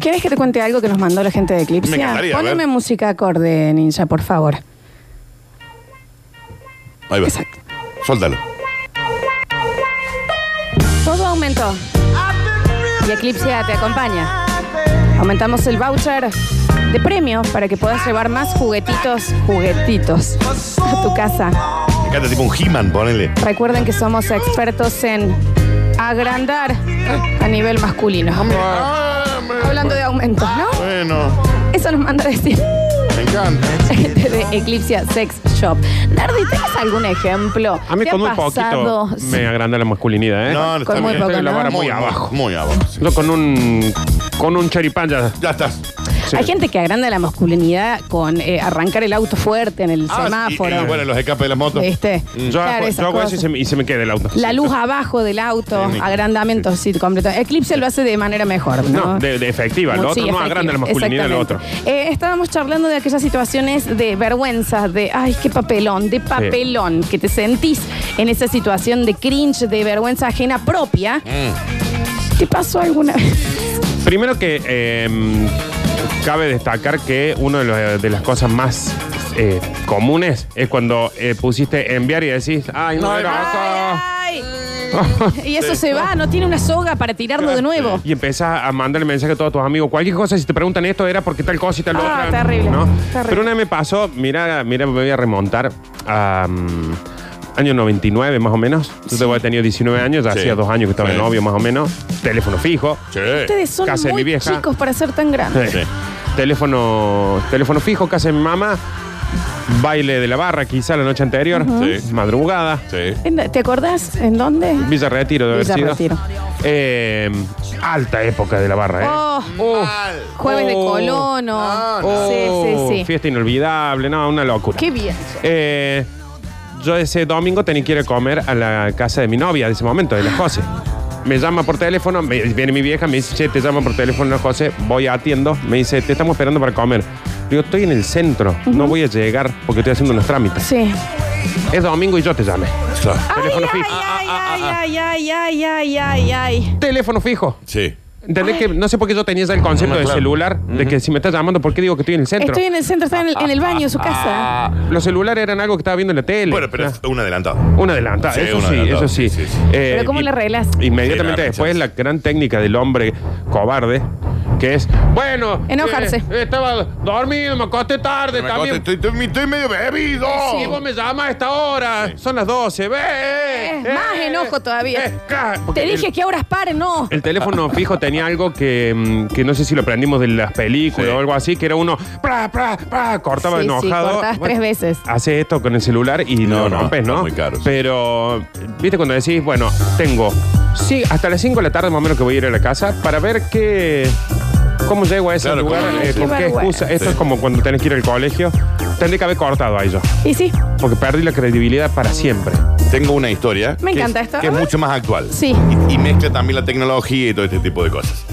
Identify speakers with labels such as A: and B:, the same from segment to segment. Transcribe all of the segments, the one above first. A: ¿Quieres que te cuente algo que nos mandó la gente de Eclipse?
B: Me encantaría, a ver.
A: Póneme música acorde, ninja, por favor.
B: Ahí va.
A: Exacto.
B: Suéltalo.
A: Todo aumentó. Y Eclipse te acompaña. Aumentamos el voucher de premio para que puedas llevar más juguetitos, juguetitos a tu casa.
B: Me encanta, tipo un He-Man, ponele.
A: Recuerden que somos expertos en agrandar a nivel masculino. Hablando de aumentos, ¿no?
B: Bueno,
A: Eso nos manda a decir
B: me encanta.
A: la gente de Eclipse Sex Shop. Dardi, ¿tienes algún ejemplo?
C: A mí
A: ¿Te ha
C: con muy
A: pasado?
C: poquito me agranda la masculinidad, ¿eh?
B: No, no
A: Con
B: está
A: muy
B: bien.
A: poco,
B: la
A: ¿no?
B: vara muy,
C: Muy
B: abajo.
C: abajo.
B: Muy abajo. sí.
C: Yo con un con un choripán ya.
B: Ya estás.
C: sí.
A: Hay gente que agranda la masculinidad con eh, arrancar el auto fuerte en el
B: Ah, sí,
A: semáforo.
B: y, y, bueno, los escapes de las motos.
A: ¿Viste?
C: Mm. Yo
A: Claro,
C: hago,
A: esas
C: yo hago eso y
A: cosas.
C: se, me- y se me queda el auto.
A: La luz abajo del auto,
B: Sí, sí.
A: agrandamiento, sí, completo. Eclipse lo hace de manera mejor, ¿no?
C: No, de, de efectiva. Lo
A: Muy- sí,
C: otro no
A: efectivo.
C: agranda la masculinidad del otro.
A: Exactamente. Eh, estábamos charlando de aquellas situaciones de vergüenza, de ay, qué papelón, de papelón, que te sentís en esa situación de cringe, de vergüenza ajena propia.
C: Mm.
A: ¿Te pasó alguna vez?
C: Primero que eh, cabe destacar que una de, los- de las cosas más eh, comunes es cuando eh, pusiste enviar y decís, ay, no,
B: No,
C: era acá.
A: Ay, y eso se va, no tiene una soga para tirarlo de nuevo.
C: Y empiezas a mandarle mensaje a todos tus amigos. Cualquier cosa, si te preguntan esto, era porque tal cosa y tal
A: Ah,
C: otra.
A: terrible,
C: ¿no?
A: terrible.
C: Pero una vez me pasó, mira, mira, me voy a remontar a. mm, Año 99, más o menos. Yo te voy a tener 19 años, ya
B: Sí.
C: hacía dos años que estaba de
B: Sí.
C: novio, más o menos. Teléfono fijo.
B: Sí.
A: Ustedes son
C: Casa de mi
A: muy
C: vieja.
A: chicos para ser tan grandes.
B: Sí.
C: Teléfono, teléfono fijo, casa de mi mamá. Baile de la barra, quizá la noche anterior.
B: Sí.
C: Madrugada.
B: Sí.
A: ¿En- ¿Te acordás en dónde?
C: Villa Retiro, de haber
A: Villa Retiro.
C: sido. Eh, alta época de la barra, ¿eh?
A: Oh,
C: Uh.
A: jueves de
C: Oh.
A: colono.
C: Oh,
A: Sí, sí, sí.
C: Fiesta inolvidable, no, una locura.
A: Qué bien.
C: Eh, yo ese domingo tenía que ir a comer a la casa de mi novia de ese momento, de la José. Me llama por teléfono, me- viene mi vieja, me dice, che, te llama por teléfono la José, voy atiendo, me dice, te estamos esperando para comer. Digo, estoy en el centro, no voy a llegar porque estoy haciendo unos trámites.
A: Sí.
C: Es domingo y yo te llamé. Teléfono
A: ay,
C: fijo.
A: ay, ay, ay, ay, ay, ay, ay.
C: Teléfono fijo.
B: Sí.
C: ¿Entendés que no sé por qué yo tenía ya el concepto
B: Ah,
C: de
B: claro.
C: celular, de que si me estás llamando, ¿por qué digo que estoy en el centro?
A: Estoy en el centro, está en el, en el baño de su casa.
C: Los celulares eran algo que estaba viendo en la tele.
B: Bueno, pero
C: Ah.
B: es un adelantado.
C: Una adelantada,
B: Sí,
C: eso,
B: una
C: sí,
B: adelantada,
C: eso sí,
B: sí, sí.
C: Eh,
A: Pero ¿cómo
C: y-
A: la arreglas?
C: Inmediatamente
B: Sí, la
C: después la
B: arreglas.
C: gran técnica del hombre cobarde, que es, bueno,
A: Enojarse.
C: eh, estaba dormido, me acosté tarde
B: Me
C: también.
B: acosté, estoy, estoy- estoy medio bebido.
C: Sí, vos me llamas a esta hora, son las 12, ve. eh,
A: Eh, más enojo todavía.
C: ca- porque
A: Te dije
C: el-
A: que ahora paren, no.
C: El teléfono fijo tenía algo que, mm, que no sé si lo aprendimos de las películas
B: Sí.
C: o algo así, que era uno, pra, pra, pra, cortaba
A: Sí, sí,
C: enojado.
A: cortabas tres veces.
C: Haces esto con el celular y
B: No,
C: no,
B: no,
C: rompes, ¿no?
B: está muy caro, sí.
C: Pero, viste, cuando decís, bueno, tengo sí, hasta las 5 de la tarde más o menos que voy a ir a la casa para ver qué. ¿Cómo llego a ese
B: Claro,
C: lugar?
B: cómo-
C: eh,
A: Qué
C: ¿Con qué
A: vergüenza.
C: excusa? Esto
B: Sí.
C: es como cuando tenés que ir al colegio. Tendré que haber cortado a ellos.
A: Y sí,
C: Porque perdí la credibilidad para
A: Mm.
C: siempre.
B: Tengo una historia.
A: Me
B: que
A: encanta
B: es-
A: esto.
B: Que
A: A
B: es
A: ver.
B: mucho más actual.
A: Sí.
B: Y, y mezcla también la tecnología y todo este tipo de cosas.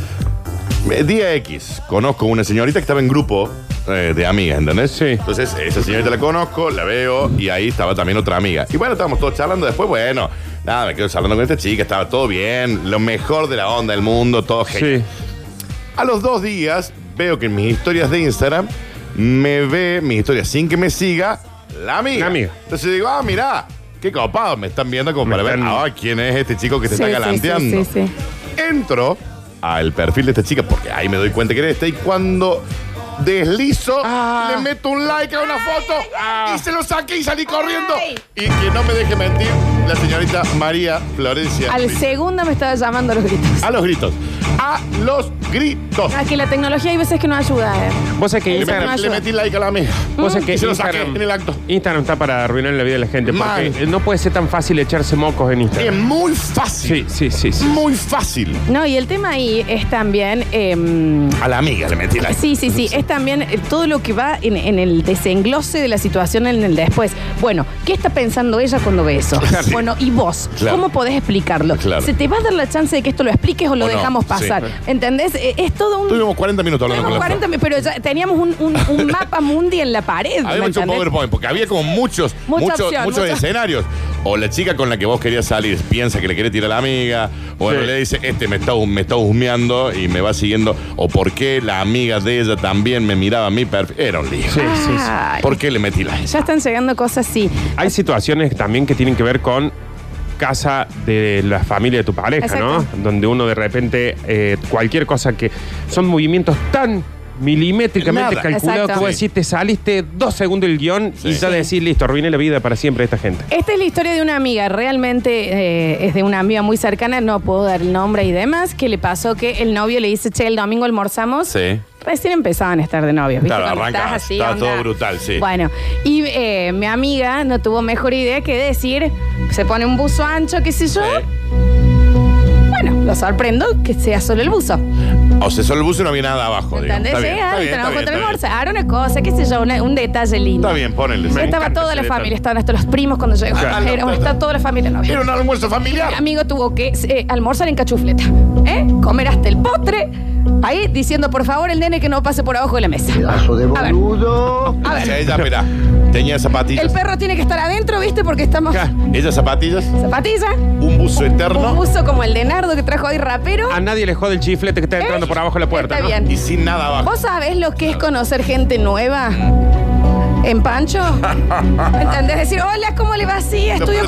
B: Eh, Día X, conozco una señorita que estaba en grupo eh, de amigas, ¿entendés?
C: Sí.
B: Entonces, esa señorita la conozco, la veo y ahí estaba también otra amiga. Y bueno, estábamos todos charlando. Después, bueno, nada, me quedo charlando con esta chica, estaba todo bien, lo mejor de la onda del mundo, todo genial.
C: Sí.
B: A los dos días veo que en mis historias de Instagram me ve mis historias sin que me siga la amiga.
C: La amiga.
B: Entonces digo, ah, mirá, qué copado, me están viendo como
C: Me
B: para ver,
C: están-
B: ah, quién es este chico que te
A: Sí,
B: está
A: sí,
B: galanteando.
A: sí, sí, sí.
B: Entro al perfil de esta chica, porque ahí me doy cuenta que era esta, y cuando deslizo,
C: Ah.
B: le meto un like a una foto
C: ay.
B: y se lo saqué y salí corriendo.
A: Ay.
B: Y que no me deje mentir, la señorita María Florencia.
A: al segundo me estaba llamando a los gritos.
B: a los gritos. A los gritos.
A: Ah, que la tecnología hay veces que no ayuda, ¿eh?
C: Vos sabés que
B: Le,
C: Instagram.
B: met- le metí like a la amiga.
C: Vos sabés que
B: Mm. Y se lo saqué
C: Instagram,
B: en el acto.
C: Instagram está para arruinar la vida de la gente.
B: Mal.
C: Porque eh, no puede ser tan fácil echarse mocos en
B: Es
C: Instagram.
B: muy fácil.
C: Sí, sí, sí. sí.
B: Muy fácil.
A: No, y el tema ahí es también. em,
B: A la amiga le metí like.
A: Sí, sí, sí. Es también eh, todo lo que va en, en el desenglose de la situación en el después. Bueno, ¿qué está pensando ella cuando ve eso?
B: Claro.
A: Bueno, ¿y vos?
B: Claro.
A: ¿Cómo podés explicarlo?
B: Claro.
A: ¿Se te va a dar la chance de que esto lo expliques o lo
B: O no.
A: dejamos pasar.
B: Sí.
A: ¿Entendés? Eh, Es todo un.
B: Tuvimos 40 minutos hablando
A: Tenemos
B: con la
A: 40, pero ya teníamos un, un- un mapa mundi en la pared. ¿me
B: Habíamos hecho un
A: entendés?
B: PowerPoint porque había como muchos,
A: Mucha
B: muchos,
A: opción,
B: muchos
A: mucha-
B: escenarios. O la chica con la que vos querías salir piensa que le quiere tirar a la amiga, o
C: Sí.
B: le dice, este me está, me está husmeando y me va siguiendo, o por qué la amiga de ella también me miraba a mí, perfil. era un lío.
C: Sí, sí, sí.
A: Ay,
B: ¿Por qué le metí la
A: Ya están llegando cosas así.
C: Hay situaciones también que tienen que ver con casa de la familia de tu pareja,
A: Exacto.
C: ¿no? Donde uno de repente, eh, cualquier cosa que. Son movimientos tan milimétricamente
B: Nada.
C: calculados que
A: Exacto.
C: vos decís, te saliste dos segundos del guión y
B: Sí.
C: ya decís, listo, arruiné la vida para siempre a esta gente.
A: Esta es la historia de una amiga, realmente eh, es de una amiga muy cercana, no puedo dar el nombre y demás, que le pasó que el novio le dice, che, el domingo almorzamos.
B: Sí.
A: Recién empezaban a estar de novios, ¿viste?
B: Claro,
A: Cuando
B: arranca,
A: estás así,
B: está
A: onda.
B: todo brutal, sí.
A: Bueno, y eh, mi amiga no tuvo mejor idea que decir, se pone un buzo ancho, qué sé yo.
B: Sí.
A: Bueno, lo sorprendo que sea solo el buzo.
B: O sea, solo el buzo y no había nada abajo. digo.
A: ¿Entendés?
B: Está bien,
A: Llega,
B: está bien, está
A: tenemos otra
B: bien, está bien.
A: almuerza. Ahora una cosa, qué sé yo, una- un detalle lindo.
B: Está bien, ponele. sí.
C: Me
A: Estaba
C: encanta
A: toda
C: ese
A: la
C: detalle.
A: familia, estaban hasta los primos cuando llegó.
B: Claro.
A: Era- está toda la familia novia.
B: Era un almuerzo familiar.
A: Mi amigo tuvo que eh, almorzar en cachufleta, ¿eh? Comer hasta el postre, ahí diciendo, por favor, el nene que no pase por abajo de la mesa.
D: Pedazo de
A: A ver.
D: boludo.
A: A
B: O sea,
A: ver,
B: ella, espera, tenía
A: el
B: zapatillas.
A: perro tiene que estar adentro, ¿viste? Porque estamos...
C: Acá.
B: Ella zapatillas,
A: Zapatilla,
B: un buzo
A: un
B: eterno
A: buzo como el de Nardo que trajo hoy rapero.
B: Ah,
C: A nadie le jode el chiflete que está entrando
A: ¿eh?
C: por abajo de la puerta.
A: Está
C: ¿no?
A: bien.
B: y sin nada abajo.
A: ¿Vos sabés lo que es conocer gente nueva? ¿En Pancho? ¿Entendés? Decir, hola, ¿cómo le va? Sí, estudio
B: peor todo que no sé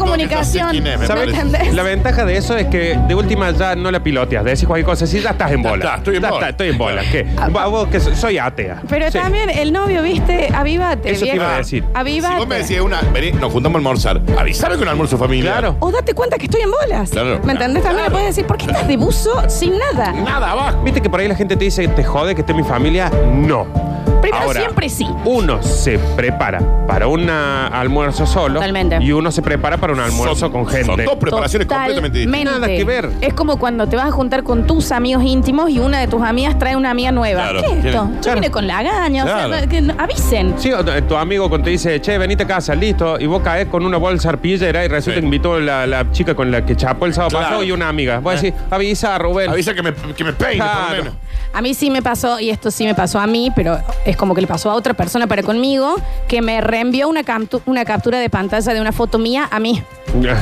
A: comunicación.
B: quién es, me
A: ¿Sabés?
B: parece.
A: ¿Entendés?
C: La ventaja de eso es que de última ya no la piloteas, decís cualquier cosa, sí, ya estás en
B: Ya
C: bola.
B: está, estoy en
C: Ya
B: bola. Ah,
C: está, estoy en bola. ¿Qué? Va, Vos que so- soy atea.
A: Pero
C: Sí.
A: también el novio, viste, avívate.
C: Eso te
A: viejo.
C: iba a decir.
A: Avívate.
B: Si vos me decías una, vení, nos juntamos a almorzar. Avísame con un almuerzo familiar.
C: Claro.
A: O date cuenta que estoy en bolas.
B: Claro.
A: ¿Me entendés? También le puedes decir, ¿por qué estás de buzo sin nada?
B: Nada abajo.
C: Viste que por ahí la gente te dice, ¿te jode que esté mi familia? No.
A: Primero, siempre sí.
C: Uno se prepara para un ah, almuerzo solo.
A: Totalmente.
C: Y uno se prepara para un almuerzo
B: Son-
C: con gente.
B: Son dos preparaciones completamente distintas.
A: Totalmente.
C: Nada que ver.
A: Es como cuando te vas a juntar con tus amigos íntimos y una de tus amigas trae una amiga nueva.
B: Claro.
A: ¿Qué es esto?
B: Tiene-
A: Yo
C: Claro.
A: vine con la gaña. o sea,
B: Claro.
A: no- que no- avisen.
C: Sí, o tu- tu amigo cuando te dice, che, venite a casa, listo, y vos caes con una bolsa arpillera y resulta
B: Sí.
C: que invitó la, la chica con la que chapó el sábado
B: Claro. Eh.
C: pasado y una amiga. Vos decís, avisa, Rubén.
B: Avisa que me, que me peine, por
C: Claro.
B: lo menos.
A: A mí sí me pasó, y esto sí me pasó a mí, pero es como que le pasó a otra persona para conmigo, que me reenvió una, captu- una captura de pantalla de una foto mía a mí.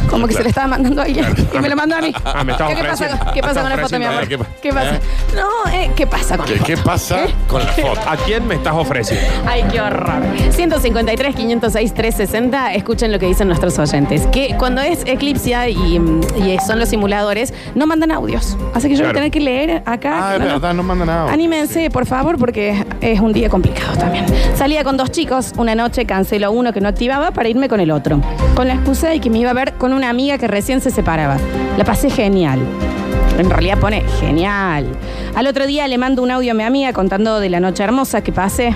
A: Como que se le estaba mandando a ella y me lo mandó a mí.
C: Ah, me estaba
A: ¿Qué pasa,
C: ofreciendo.
A: ¿qué pasa con
C: Me
A: la
C: estaba
A: foto, mi amor?
B: ofreciendo,
A: ¿Qué,
B: eh, ¿qué pa-
A: pasa?
B: eh?
A: No, eh, ¿qué pasa con la
B: ¿Qué,
A: foto?
B: qué pasa
A: ¿Eh?
B: con la foto?
C: ¿A quién me estás ofreciendo?
A: Ay, qué horror. 153, 506, 360. Escuchen lo que dicen nuestros oyentes. Que cuando es eclipsia y, mm, y son los simuladores, no mandan audios. Así que yo voy
C: Claro.
A: a tener que leer acá.
B: Ah, es
A: No, no.
B: verdad, no manda nada.
A: Anímense, por favor, porque es un día complicado también. Salía con dos chicos, una noche canceló uno que no activaba para irme con el otro. Con la excusa de que me iba a ver con una amiga que recién se separaba. La pasé genial. En realidad pone genial. Al otro día le mando un audio a mi amiga contando de la noche hermosa que pasé.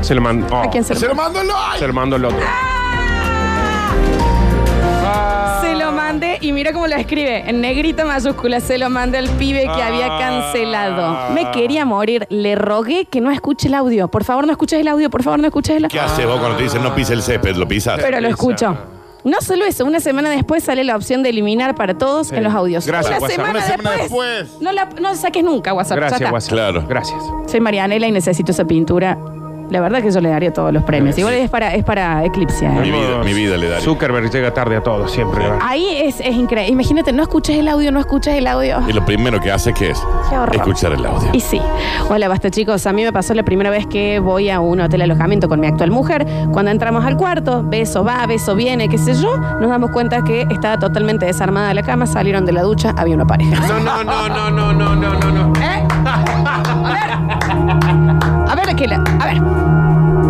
C: Se lo mando. oh,
A: ¿A quién se
B: Se
A: lo,
B: lo mando en lo-
C: se lo mando el otro. Ah.
A: se lo mandé? Y mira cómo lo escribe. En negrita mayúscula se lo mandé al pibe que había
C: Ah.
A: cancelado. Me quería morir. Le rogué que no escuche el audio. Por favor, no escuches el audio. Por favor, no escuches el audio.
B: ¿Qué haces vos cuando te dicen no pise el césped? ¿Lo pisas?
A: Pero lo escucho. No solo eso, una semana después sale la opción de eliminar para todos
C: Sí.
A: en los audios.
C: Gracias,
A: una,
C: WhatsApp.
A: semana
B: Una semana después.
A: No, la, no la saques nunca, WhatsApp. ya
C: Gracias,
A: está.
C: WhatsApp.
B: Claro.
C: Gracias.
A: Soy Marianela y necesito esa pintura. La verdad que yo le daría todos los premios. Igual es para, es para Eclipse. ¿eh?
B: Mi vida, mi vida le daría.
C: Zuckerberg llega tarde a todo, siempre. ¿verdad?
A: Ahí es, es increíble. Imagínate, no escuches el audio, no escuches el audio.
B: Y lo primero que haces, ¿qué es?
A: Qué horror.
B: Escuchar el audio.
A: Y sí. Hola, basta chicos. A mí me pasó la primera vez que voy a un hotel alojamiento con mi actual mujer. Cuando entramos al cuarto, beso va, beso viene, qué sé yo, nos damos cuenta que estaba totalmente desarmada la cama, salieron de la ducha, había una pareja.
C: No, no, no, no, no, no, no, no, no.
A: ¿Eh? A ver. A ver, que la- a ver.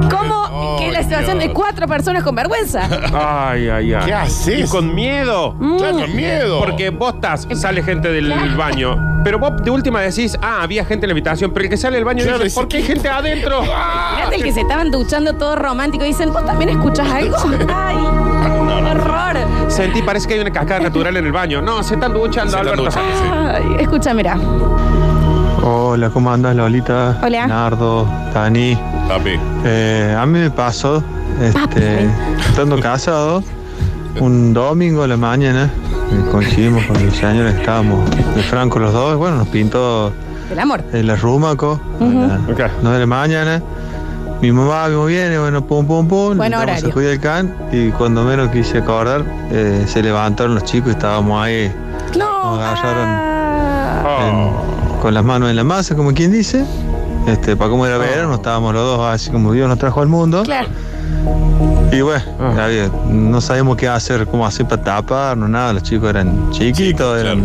A: ¿Cómo
B: Ay,
A: que la situación de
B: Dios.
A: cuatro personas con vergüenza?
C: Ay, ay, ay.
B: Ah. ¿Qué haces?
C: Y con miedo.
A: Mm.
B: Claro, con miedo.
C: Porque vos estás, sale gente del baño. Pero vos de última decís, ah, había gente en la habitación. Pero el que sale del baño
B: Claro,
C: dice,
B: sí.
C: ¿por qué hay gente adentro?
A: Mirate el que se estaban duchando todo romántico y dicen, ¿vos también escuchas algo? ¡Ay! ¡Qué horror!
C: Sentí, parece que hay una cascada natural en el baño. No, se están duchando,
B: Se están
C: Alberto.
B: duchando.
A: Ay, escucha, mira.
E: Hola, ¿cómo andas Lolita?
A: Hola.
E: Nardo, Dani.
B: Papi.
E: Eh, a mí me pasó,
A: Papi.
E: este, estando casado, un domingo a la mañana, eh, coincidimos con mi señora, estábamos de Franco los dos, bueno, nos pintó
A: Del amor.
E: el arrúmaco a
C: Ujú.
E: las
C: Ok.
E: 9 de la mañana. Mi mamá, mi mamá viene, bueno, pum, pum, pum.
A: Buen
E: nos damos
A: horario.
E: sacudida el can y cuando menos quise acordar, eh, se levantaron los chicos y estábamos ahí
A: No.
E: Nos agarraron.
A: ah.
E: en- con las manos en la masa, como quien dice. Este, para cómo era verano, estábamos los dos así como Dios nos trajo al mundo.
A: Oh. Claro. Oh.
E: Y bueno,
C: Ah.
E: está bien, no sabemos qué hacer, cómo hacer para tapar, no nada. Los chicos eran
B: Chicos,
E: chiquitos, eran,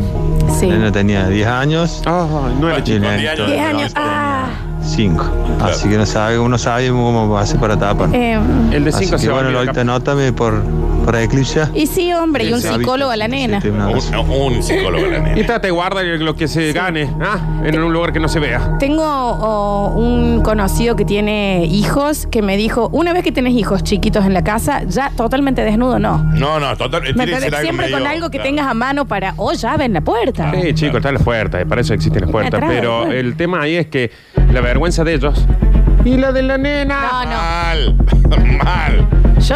A: Sí.
E: el nene tenía 10 años
C: Ah, no era
E: y
C: chico.
E: el
B: Con 10
E: nenito
B: años.
A: ¿Qué
E: de
A: año?
E: 11
A: Ah.
E: tenía 5. Así que no sabe, uno sabe cómo hacer para tapar.
A: em,
C: El de
E: Así
C: 5
E: que
C: se
E: bueno,
C: va
E: ahorita anótame por, por Eclipse.
A: y sí, hombre, y un
E: Sí, sí.
A: psicólogo a la
E: Sí, sí,
A: nena.
E: te- un abrazo.
B: Un, un psicólogo, la nena.
C: Y trata de guardar lo que se gane, ¿ah? En un lugar que no se vea.
A: Tengo oh, un conocido que tiene hijos que me dijo, una vez que tenés hijos chiquitos en la casa, ya totalmente desnudo no.
B: No, no, total.
A: Me
B: tiene que ser
A: parece
B: algo
A: siempre
B: medio-
A: con algo que
B: claro.
A: tengas a mano para, o llave en la puerta.
C: Sí, chicos, están las puertas, y para eso existen las puertas.
A: Atrás,
C: Pero
A: bueno.
C: el tema ahí es que la vergüenza de ellos y la de la nena.
A: No, no.
B: Mal, mal.
A: Yo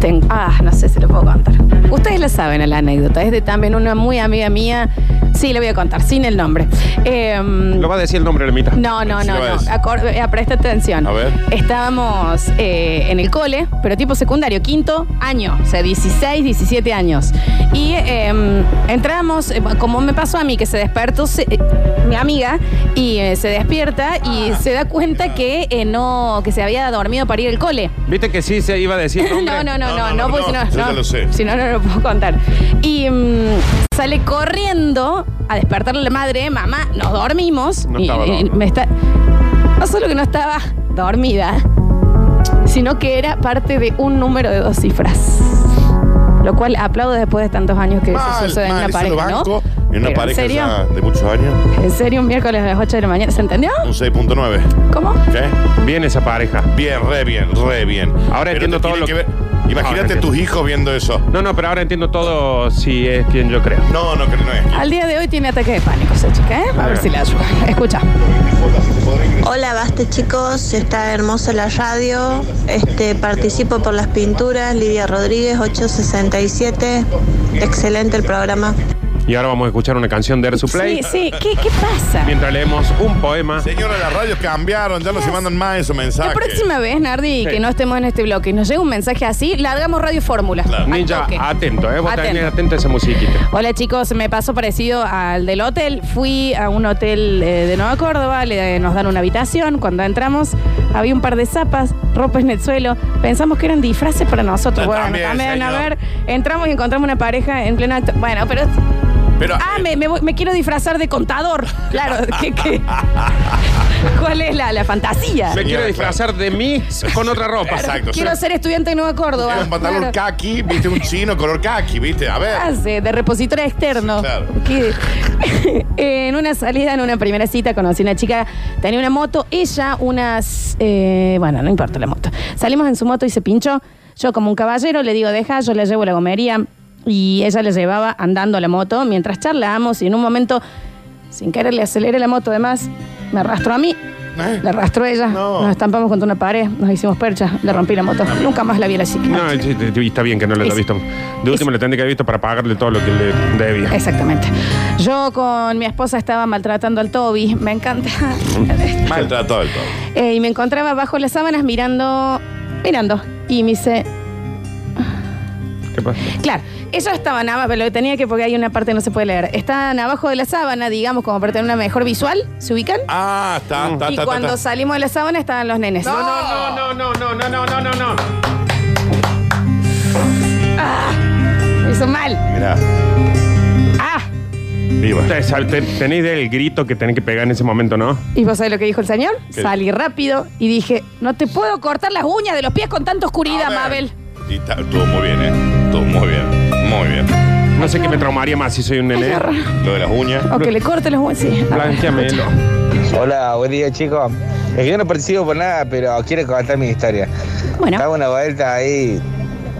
A: tengo, ah, no sé si lo puedo contar. Ustedes la saben la anécdota, es de también una muy amiga mía. Sí, la voy a contar, sin el nombre. Em,
C: Lo va a decir el nombre de la mitad.
A: No, no,
B: Sí
A: no,
B: lo
A: no.
B: es.
A: Acor- eh, presta atención.
B: A ver.
A: Estábamos eh, en el cole, pero tipo secundario, quinto año, o sea, 16, 17 años. Y eh, entramos, eh, como me pasó a mí, que se despertó se- eh, mi amiga y eh, se despierta y se da cuenta que eh, no, que se había dormido para ir al cole.
C: ¿Viste que sí se iba a decir nombre?
A: No, no, no, no, no,
B: No, no,
A: porque si no,
B: no, yo ya
A: no,
B: lo sé.
A: Si no, no lo puedo contar. Y mm, sale corriendo a despertarle a la madre, mamá, nos dormimos.
C: No
A: y,
C: estaba
A: y-
C: dormida.
A: me está. No solo que no estaba dormida, sino que era parte de un número de dos cifras. Lo cual aplaudo después de tantos años que eso
B: mal,
A: sucede en
B: mal.
A: una
B: Eso lo
A: pareja,
B: banco
A: ¿no?
B: En una
A: Pero,
B: pareja
A: ¿En serio?
B: ya de muchos años.
A: ¿En serio un miércoles a las 8 de la mañana? ¿Se entendió?
B: Un 6.9.
A: ¿Cómo?
B: ¿Qué?
C: Bien esa pareja.
B: Bien, re bien, re bien.
C: Ahora entiendo
B: te
C: todo
B: tiene
C: lo
B: que
C: que-
B: ver-
C: Ahora
B: Imagínate
C: entiendo.
B: tus hijos viendo eso.
C: No, no, pero ahora entiendo todo si es quien yo creo.
B: No, no, que no es.
A: Al día de hoy tiene ataque de pánico esa chica, ¿eh? A ver si la ayuda. Escucha.
D: Hola, basta chicos, está hermosa la radio. Este participo por las pinturas, Livia Rodríguez 867. Excelente el programa.
C: Y ahora vamos a escuchar una canción de Air
A: Sí,
C: Supply
A: sí. ¿Qué, qué pasa?
C: mientras leemos un poema.
B: Señora, las radios cambiaron, ya no se mandan más esos mensajes.
A: La próxima vez, Nardi,
C: Sí.
A: que no estemos en este bloque y nos llega un mensaje así, largamos Radio Fórmula. Al
C: Ninja,
A: toque.
C: atento, ¿eh? Vos
A: Atento.
C: tenés atento a esa musiquita.
A: Hola chicos, me pasó parecido al del hotel. Fui a un hotel eh, de Nueva Córdoba, le- eh, nos dan una habitación. Cuando entramos, había un par de zapas, ropa en el suelo. Pensamos que eran disfraces para nosotros.
B: Ah,
A: bueno,
B: también,
A: también, a
B: señor.
A: ver, entramos y encontramos una pareja en pleno acto. Bueno, pero.
B: Pero, eh,
A: Ah, me, me voy- me quiero disfrazar de contador. Claro, ¿qué, qué? cuál es la, la fantasía?
C: Me
B: Señora,
C: quiero disfrazar de mí con otra ropa.
B: Exacto.
A: Quiero
B: sí.
A: ser estudiante de Nueva Córdoba.
B: Era un pantalón
A: Claro.
B: kaki, viste, un chino color kaki, viste, a ver.
A: hace de repositorio externo.
B: Sí, claro.
A: Que- en una salida, en una primera cita, conocí una chica, tenía una moto, ella unas... eh, bueno, no importa la moto. Salimos en su moto y se pinchó. Yo como un caballero le digo, deja, yo la llevo a la gomería. Y ella le llevaba andando la moto mientras charlábamos y en un momento, sin querer, le aceleré la moto además, me arrastró a mí.
B: ¿Eh?
A: Ah, La arrastró ella,
B: No.
A: nos estampamos contra una pared, nos hicimos percha, le rompí la moto. Nunca más la vi a la chica.
C: No, sí, sí, sí, está bien que no lo haya
A: Es-
C: visto. De último le tendría que haber visto para pagarle todo lo que le debía.
A: Exactamente. Yo con mi esposa estaba maltratando al Toby, me encanta.
B: Maltrató el todo.
A: Eh, y me encontraba bajo las sábanas mirando, mirando. Y me dice,
C: ¿Qué pasa?
A: claro, ellos estaban abajo, pero lo tenía que porque hay una parte que no se puede leer. Estaban abajo de la sábana, digamos, como para tener una mejor visual, se ubican.
B: Ah, está, está,
A: y
B: está,
A: cuando
B: está.
A: salimos de la sábana estaban los nenes.
C: No, no, no, no, no, no, no, no, no, no.
A: Me hizo mal.
B: Mirá,
A: Ah,
B: viva.
C: Ustedes saben, ten- Tenés idea del grito que tenés que pegar en ese momento, ¿no?
A: ¿y vos sabés lo que dijo el señor?
B: ¿Qué?
A: Salí rápido y dije, no te puedo cortar las uñas de los pies con tanta oscuridad,
B: A ver.
A: Mabel.
B: Y está- estuvo muy bien, ¿eh? Estuvo muy bien, muy bien.
C: No sé qué me traumaría más si soy un nene.
B: Lo de las uñas.
A: O que le corte las uñas. Sí. A ver,
C: Blanqueamelo.
F: Hola, buen día chicos. Es que yo no participo por nada, pero quiero contar mi historia.
A: Bueno.
F: Estaba una vuelta ahí,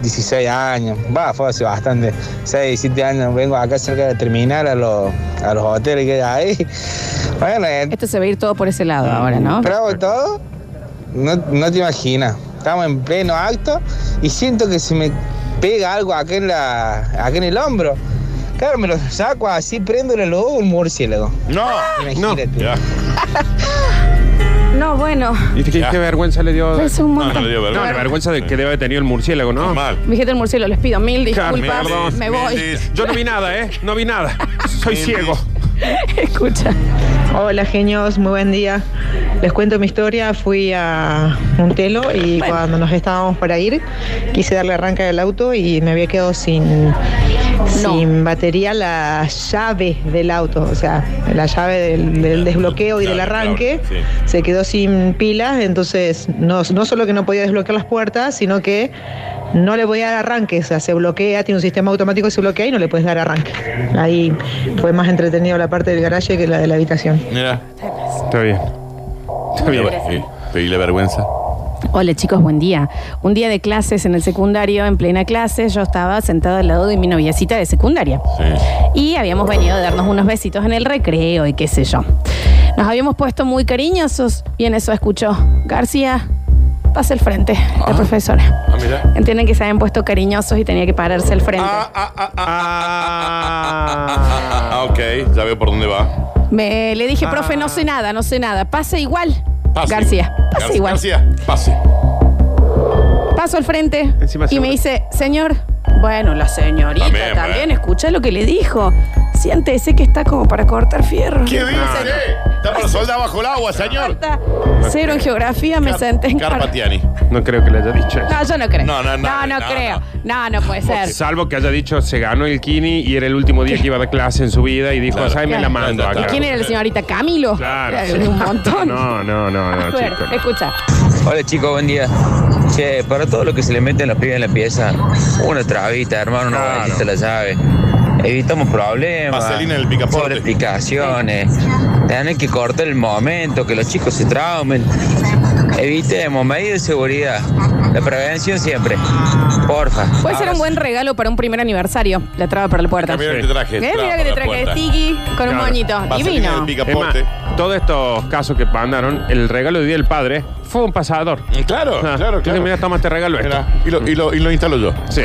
F: 16 años, va, fue hace bastante, 6, 7 años, vengo acá cerca de terminar a los, a los hoteles que hay ahí. Bueno, eh,
A: Esto se va a ir todo por ese lado
B: Ah,
A: ahora, ¿no?
F: bravo todo, no, no te imaginas. Estamos en pleno acto y siento que se me pega algo acá en, la, acá en el hombro. Claro, me lo saco así, prendo el ojo un murciélago.
B: No.
F: Imagínate.
B: Ya.
A: No, bueno.
C: ¿Y qué,
B: Ya.
C: qué vergüenza le dio?
A: Es un
B: Ah, No, no
A: montón.
B: le dio
C: No, la
B: vergüenza.
C: vergüenza de que debe haber tenido el murciélago, ¿no?
B: Mal.
A: Mi gente del murciélago, les pido mil
C: Carmen,
A: disculpas.
B: perdón.
A: me voy.
B: Mil
C: Yo no vi nada, ¿eh? No vi nada. Soy
B: Mil
C: ciego.
A: Escucha.
G: Hola genios, muy buen día. Les cuento mi historia. Fui a Montelo y cuando nos estábamos para ir, quise darle arranca del auto y me había quedado sin, sin batería la llave del auto, o sea, la llave del, del desbloqueo y
B: Claro,
G: del
B: claro,
G: arranque.
B: sí.
G: Se quedó sin pilas, entonces no, no solo que no podía desbloquear las puertas, sino que no le podía dar arranque, o sea, se bloquea, tiene un sistema automático que se bloquea y no le puedes dar arranque. Ahí fue más entretenido la parte del garaje que la de la habitación.
B: Mira.
C: Está bien. Está bien.
B: Sí, sí, la vergüenza.
A: Hola chicos, buen día. Un día de clases en el secundario, en plena clase, yo estaba sentada al lado de mi noviecita de secundaria.
B: Sí.
A: Y habíamos venido a darnos unos besitos en el recreo y qué sé yo. Nos habíamos puesto muy cariñosos y en eso escuchó, García, pasa el frente, la profesora.
B: Ah, mira.
A: Entienden que se habían puesto cariñosos y tenía que pararse al frente.
B: Ah, ah, ah, ah,
C: Ah.
B: ah, ok. Ya veo por dónde va.
A: Me, le dije, profe, no sé nada, no sé nada. Pasa igual.
B: Pase.
A: García, pasa
B: Gar-
A: igual.
B: García, pase.
A: Paso al frente
C: Encima
A: y me
C: seguro.
A: dice, señor, bueno, la señorita
B: También,
A: también,
B: bueno.
A: escucha lo que le dijo. Siéntese que está como para cortar fierro.
B: ¿Qué dice?
A: No, no.
B: Está por el sol de bajo el agua, señor.
A: Falta Cero en geografía, me
B: Car-
A: senté en car-
B: Carpatiani.
C: No creo que le haya dicho eso.
A: No, yo no creo.
B: No, no, no,
A: no,
B: no,
A: creo. No, no puede ser.
C: Salvo que haya dicho, se ganó el kini y era el último día que iba a dar clase en su vida y dijo,
B: Claro.
C: "Ay, me la
A: Claro.
C: mando Ah,
B: Claro.
A: ¿Y
C: acá.
A: quién era la señorita? ¿Camilo?
C: Claro.
A: Era Un montón.
C: No, no, no,
A: A
C: no,
A: ver,
C: chico.
A: escucha.
H: Hola chicos, buen día. Che, para todo lo que se le meten los pibes en la pieza, una trabita, hermano, una
C: Claro.
H: vueltita a la llave. Evitamos problemas.
B: Vaselina en el picaporte.
H: sobre explicaciones. Tienen que cortar el momento, que los chicos se traumen. Evitemos medidas de seguridad. La prevención siempre. Porfa.
A: Puede ser un buen regalo para un primer aniversario. La traba para la puerta.
B: Mira que te traje.
A: ¿Eh? Mira que te traje Sticky con un
C: Claro.
A: moñito.
B: Divino.
A: Divino.
B: El
C: Es más,
B: picaporte.
C: todos estos casos que mandaron, el regalo de Día del Padre fue un pasador.
B: Mm, Claro,
C: Ah,
B: claro, claro.
C: entonces, Mira, toma este regalo. esto.
B: Mira, y lo, y, lo, y lo instalo yo.
C: Sí.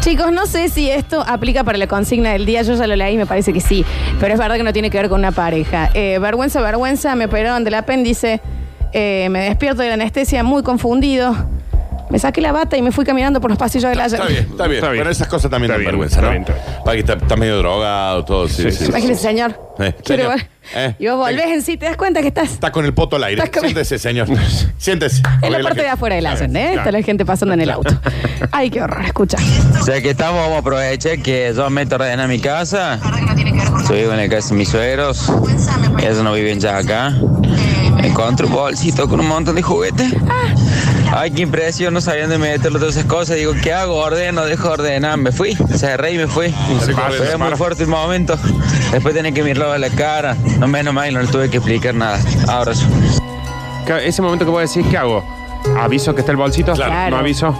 A: Chicos, no sé si esto aplica para la consigna del día. Yo ya lo leí y me parece que sí. Pero es verdad que no tiene que ver con una pareja. Eh, vergüenza, vergüenza, me operaron del apéndice. Eh, me despierto de la anestesia muy confundido. Me saqué la bata y me fui caminando por los pasillos de la
B: Está bien, está bien.
C: Está bien.
B: Pero esas cosas también
C: Está
B: dan
C: bien,
B: vergüenza,
C: está
B: ¿no?
C: bien, está bien.
B: Para que está, está medio drogado, todo. Sí,
C: Sí,
B: sí,
C: sí.
B: sí.
A: Imagínese, señor.
B: Eh,
A: Quiero
B: señor.
A: ver.
B: Eh,
A: y vos volvés
B: eh.
A: en sí, te das cuenta que estás
B: Está con el poto al aire.
A: Está con-
B: Siéntese, señor.
A: en
B: Siéntese.
A: la
B: Porque
A: parte de afuera del
B: Está
A: Ascend,
B: bien,
A: ¿eh? Está
B: claro.
A: la gente pasando en el auto. Ay, qué horror, escucha.
H: Ya que estamos, vamos a aprovechar que yo meto orden a mi casa. Yo vivo en la casa de mis suegros. Ellos no viven ya acá. Encontré un bolsito con un montón de juguetes. Ay, qué impresión, no sabían de meterlo todas esas cosas. Digo, ¿qué hago? Ordeno, dejo ordenar. Me fui, cerré y me fui.
B: se paró,
H: Pero
B: se
H: era muy
B: paró.
H: fuerte el momento. Después tenía que mirarlo a la cara. No menos mal, no le tuve que explicar nada. Abrazo.
C: Claro, Ese momento que voy a decir, ¿qué hago? ¿Aviso que está el bolsito?
A: Claro.
C: No aviso.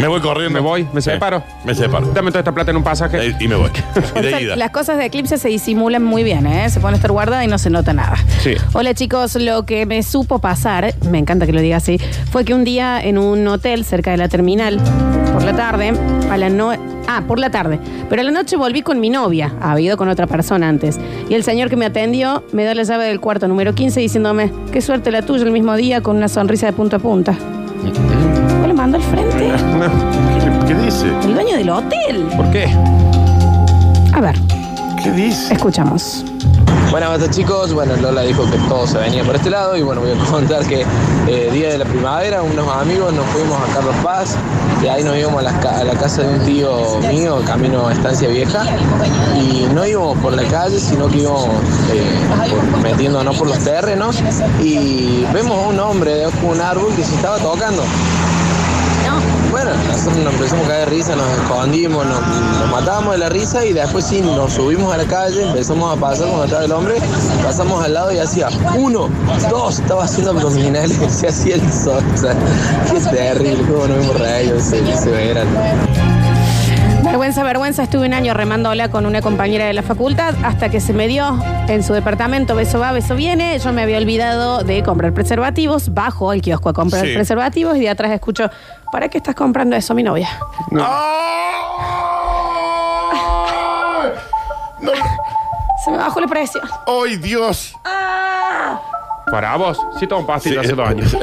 B: Me voy corriendo.
C: Me voy, me
B: Sí.
C: separo.
B: Me separo.
C: Dame toda esta plata en un pasaje.
B: Eh, Y me voy. Y
A: O
B: de
A: sea,
B: ida.
A: Las cosas de Eclipse se disimulan muy bien, ¿eh? Se pone a estar guardada y no se nota nada.
C: Sí.
A: Hola chicos, lo que me supo pasar, me encanta que lo diga así, fue que un día en un hotel cerca de la terminal, por la tarde, a la no... Ah, por la tarde. Pero a la noche volví con mi novia, ha ido con otra persona antes. Y el señor que me atendió me dio la llave del cuarto número 15 diciéndome, qué suerte la tuya el mismo día con una sonrisa de punta a punta. Yo le mando al frente,
B: ¿Qué- ¿Qué dice?
A: el dueño del hotel.
C: ¿Por qué?
A: A ver,
B: ¿Qué dice?
A: escuchamos.
I: Buenas noches chicos, bueno Lola dijo que todo se venía por este lado y bueno voy a contar que eh, día de la primavera unos amigos nos fuimos a Carlos Paz y ahí nos íbamos a la, ca- a la casa de un tío mío, camino a Estancia Vieja y no íbamos por la calle sino que íbamos eh, por- metiéndonos por los terrenos y vemos a un hombre debajo de un árbol que se estaba tocando. Bueno, nosotros nos empezamos a caer de risa, nos escondimos, nos, nos matábamos de la risa y después sí nos subimos a la calle, empezamos a pasar con atrás del hombre, pasamos al lado y hacía uno, dos, estaba haciendo abdominales, se hacía el sol, o sea, qué terrible, cómo nos vimos reír, se, se verán.
A: Vergüenza, vergüenza, estuve un año remándola con una compañera de la facultad hasta que se me dio en su departamento, beso va, beso viene. Yo me había olvidado de comprar preservativos, bajo al kiosco a comprar
B: Sí.
A: preservativos y de atrás escucho, ¿para qué estás comprando eso, mi novia?
B: ¡Ay! No.
A: Se me bajó el precio.
B: ¡Ay, Dios!
C: Para vos, sí tomo pastillas hace dos años.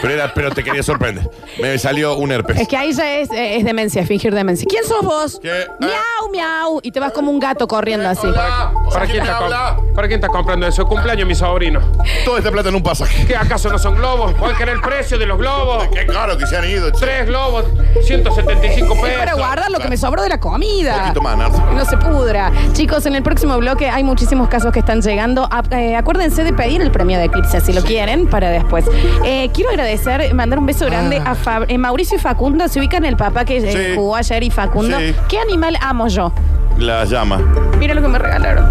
B: pero, era- pero te quería sorprender. Me salió un herpes.
A: Es que ahí ya es, eh, es demencia, fingir demencia. ¿Quién sos vos?
B: ¿Qué? ¿Eh?
A: Miau, miau. Y te vas como un gato corriendo así.
B: Hola,
C: ¿Para
B: ¿para
C: quién,
B: quién
C: está
B: habla?
C: com- ¿Para quién está comprando eso? Cumpleaños, mi sobrino.
B: Toda esta plata en un pasaje.
C: ¿Qué acaso no son globos? ¿Cuál que era el precio de los globos?
B: Qué caro que se han ido. che.
C: Tres globos, 175 pesos.
A: Es para guardar lo que me sobró de la comida.
B: Un poquito más, Nardo.
A: Que No se pudra. Chicos, en el próximo bloque hay muchísimos casos que están llegando. A- eh, acuérdense de pedir el premio de Eclipse si lo quieren para después. Eh, quiero agradecer, mandar un
B: Ah.
A: beso grande a Fab- eh, Mauricio y Facundo. Se ubican el papá que eh,
B: Sí.
A: jugó ayer y Facundo.
B: Sí.
A: ¿Qué animal amo yo?
B: La llama.
A: Mira lo que me regalaron.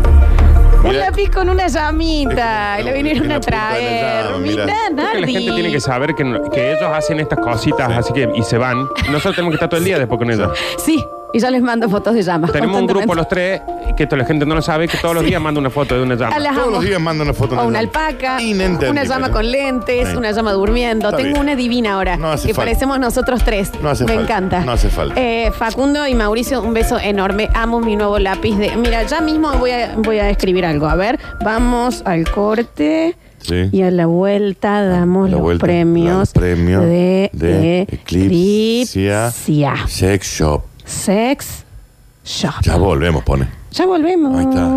A: Un
B: Mira.
A: lápiz con una llamita. Y lo vinieron
B: Una
A: a
B: punta de
A: traer.
B: llama,
A: Mirá,
B: mira.
C: Creo que la gente
A: Nardi.
C: tiene que saber que, no- que ellos hacen estas cositas así que y se van. Nosotros tenemos que estar todo el día después con ellos.
A: Sí, y ya les mando fotos de llamas.
C: Tenemos un grupo
A: constantemente.
C: los tres que esto la gente no lo sabe que todos los días manda una foto de una llama.
A: A las
B: Todos
A: amo.
B: los días mando una foto.
A: O una
B: de llama.
A: alpaca,
B: Inentendible.
A: una llama con lentes,
B: Sí.
A: una llama durmiendo.
B: Está
A: Tengo
B: bien.
A: una divina ahora.
B: No hace
A: que
B: falta.
A: parecemos nosotros tres.
B: No hace
A: Me
B: falta.
A: encanta.
B: No hace falta.
A: Eh, Facundo y Mauricio, un beso enorme. Amo mi nuevo lápiz de. Mira, ya mismo voy a, voy a escribir algo. A ver, vamos al corte.
B: Sí.
A: Y a la vuelta damos
B: La
A: los
B: vuelta,
A: premios
B: damos premio
A: de,
B: de Eclipsia.
A: Eclipsia.
B: Sex Shop.
A: Sex Shop.
B: Ya volvemos, pone.
A: Ya volvemos.
B: Ahí está.